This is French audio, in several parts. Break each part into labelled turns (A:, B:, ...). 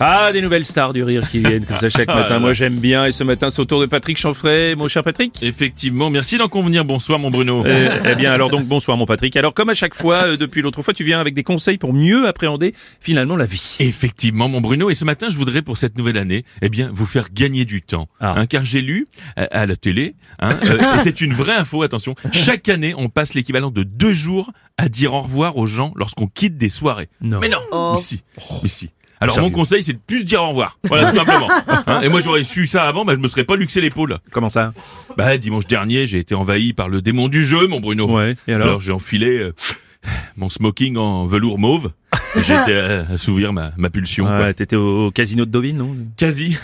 A: ah, des nouvelles stars du rire qui viennent comme ça chaque matin. Moi, j'aime bien. Et ce matin, c'est au tour de Patrick Chanfray. Mon cher Patrick.
B: Effectivement, merci d'en convenir. Bonsoir mon Bruno.
A: Euh, eh bien, alors donc, bonsoir mon Patrick. Alors, comme à chaque fois, euh, depuis l'autre fois, tu viens avec des conseils pour mieux appréhender finalement la vie.
B: Effectivement mon Bruno. Et ce matin, je voudrais pour cette nouvelle année, eh bien, vous faire gagner du temps.
A: Ah.
B: Hein, car j'ai lu euh, à la télé, hein, euh, et c'est une vraie info, attention, chaque année, on passe l'équivalent de deux jours à dire au revoir aux gens lorsqu'on quitte des soirées.
A: Non. Oh.
B: Mais non, mais si, mais si. Alors
A: Sérieux.
B: mon conseil, c'est de plus dire au revoir. Voilà, tout simplement. Hein, et moi, j'aurais su ça avant, bah, je me serais pas luxé l'épaule.
A: Comment ça
B: Bah, dimanche dernier, j'ai été envahi par le démon du jeu, mon Bruno.
A: Ouais, et alors
B: j'ai enfilé euh, mon smoking en velours mauve. Et J'étais euh, à assouvir ma, ma pulsion. quoi.
A: Ouais, T'étais au, au casino de Deauville, non
B: Quasi.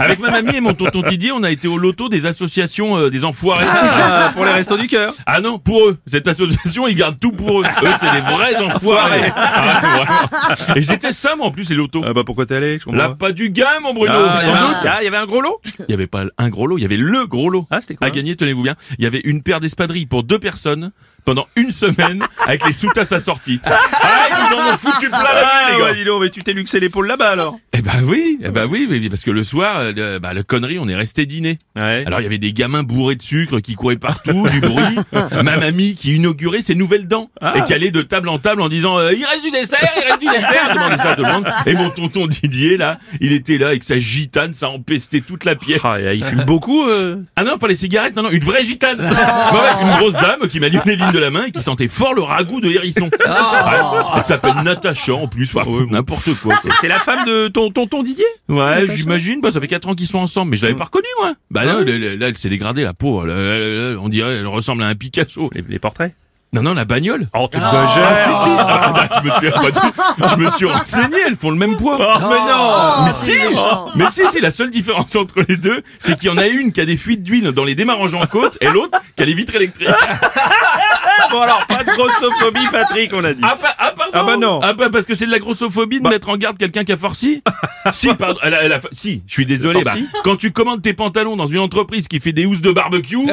B: Avec ma mamie et mon tonton Didier, on a été au loto des associations euh, des enfoirés.
A: Ah, pour les restos du cœur.
B: Ah non, pour eux. Cette association, ils gardent tout pour eux. Eux, c'est des vrais enfoirés. Ah, vraiment. et je déteste ça, moi, en plus, les lotos.
A: Ah bah pourquoi t'es allé Je comprends
B: Là,
A: pas.
B: pas du gain, mon Bruno.
A: Ah, il
B: Sans
A: y avait un-
B: doute.
A: ah, il y avait un gros lot.
B: Il y avait pas un gros lot, il y avait le gros lot.
A: Ah, c'était quoi
B: À gagner, tenez-vous bien. Il y avait une paire d'espadrilles pour deux personnes pendant une semaine avec les sous-tasses assorties. Ah, ils nous en ont foutu plein la
A: Ah,
B: gueule, les gars.
A: ouais, dis donc, mais tu t'es luxé l'épaule là-bas alors.
B: Eh ben oui, eh ben oui, oui, oui, parce que le soir, euh, le- bah, le connerie, on est resté dîner.
A: Ouais.
B: Alors il y avait des gamins bourrés de sucre qui couraient partout, du bruit. Ma mamie qui inaugurait ses nouvelles dents et qui allait de table en table en disant euh, il reste du dessert, il reste du dessert. Elle demandait ça à tout le monde. Et mon tonton Didier là, il était là avec sa gitane, ça empestait toute la pièce.
A: Ah, il fume beaucoup. euh.
B: Ah non, pas les cigarettes, non, non, une vraie gitane. Ouais, ouais, une grosse dame qui m'a lu les lignes de la main et qui sentait fort le ragoût de hérisson. Ouais, elle s'appelle Natacha en plus, enfin, n'importe quoi. quoi.
A: C'est la femme de ton tonton Didier
B: Ouais, j'imagine, bah, ça fait 4 ans qu'ils sont ensemble, mais je l'avais pas reconnue, moi. Bah
A: Ah
B: non, là, là, elle s'est dégradée, la pauvre. Là, là, là, on dirait, elle ressemble à un Picasso.
A: les, les portraits.
B: Non, non, la bagnole.
A: Oh, tu
B: Ah, si, si. Ah, bah, je me suis pas dit. Je me suis renseigné, elles font le même poids.
A: Oh,
B: Ah.
A: mais non
B: mais si, Oh. mais si, si, la seule différence entre les deux, c'est qu'il y en a une qui a des fuites d'huile dans les démarrages en côte et l'autre qui a les vitres électriques.
A: Ah, Bon alors, pas de grossophobie, Patrick, on a dit.
B: Ah, bah, ah, pardon.
A: Ah bah non. Bah.
B: Ah bah parce que c'est de la grossophobie de mettre en garde quelqu'un qui a forci. si pardon. Elle a- elle a- si, je suis désolé. Bah,
A: Forci
B: quand tu commandes tes pantalons dans une entreprise qui fait des housses de barbecue, euh,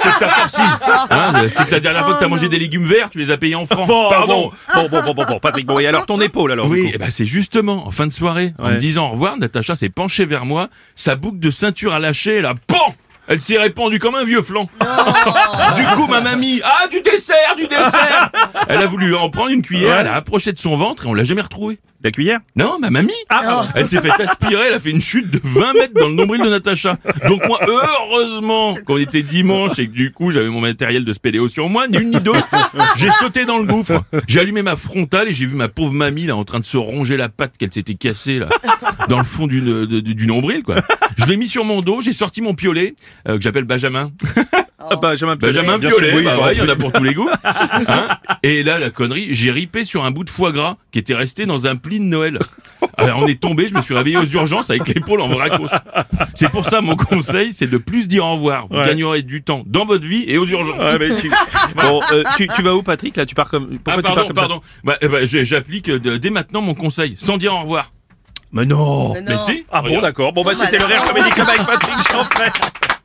B: c'est que t'as forci. Hein, euh, c'est que la dernière fois que t'as mangé des légumes verts, tu les as payés en francs.
A: Bon,
B: pardon.
A: Bon, bon, bon, bon, bon, Patrick, bon, et alors ton épaule, alors
B: Oui,
A: du
B: eh
A: coup
B: bah c'est justement en fin de soirée, en
A: Ouais.
B: me disant au revoir, Natacha s'est penchée vers moi, sa boucle de ceinture à lâcher, la pan Elle s'est répandue comme un vieux flanc. du coup, ma mamie, ah du dessert, du dessert. Elle a voulu en prendre une cuillère,
A: Ouais.
B: elle a approché de son ventre et on l'a jamais retrouvée.
A: La cuillère
B: Non, ma mamie
A: Ah, pardon.
B: Elle s'est fait aspirer, elle a fait une chute de 20 mètres dans le nombril de Natacha. Donc moi, heureusement qu'on était dimanche et que du coup j'avais mon matériel de spéléo sur moi, ni une ni deux, j'ai sauté dans le gouffre. J'ai allumé ma frontale et j'ai vu ma pauvre mamie là en train de se ronger la patte qu'elle s'était cassée là dans le fond d'une de- de- du nombril quoi. Je l'ai mis sur mon dos, j'ai sorti mon piolet euh, que j'appelle Benjamin.
A: Ah, Benjamin Piolet.
B: Benjamin
A: bien
B: Piolet,
A: sûr, oui,
B: Oh. bah
A: bon,
B: ouais, il y en a pour tous les goûts. Hein et là, la connerie, j'ai ripé sur un bout de foie gras qui était resté dans un pli de Noël. Alors, on est tombé, je me suis réveillé aux urgences avec l'épaule en vracos. C'est pour ça, mon conseil, c'est de plus dire au revoir. Vous
A: Ouais.
B: gagnerez du temps dans votre vie et aux urgences.
A: Ouais, mais tu... Bon, euh, tu, tu vas où, Patrick, là Tu pars comme... Pourquoi
B: Ah, ah,
A: tu pars
B: pardon,
A: comme
B: pardon. Bah, eh ben, j'ai- J'applique euh, dès maintenant mon conseil, sans dire au revoir.
A: ça Mais non
B: Mais si
A: Ah bon,
B: regarde. bah,
A: d'accord. Bon, bah, c'était le Rire Comédie Club avec Patrick Jeanfray.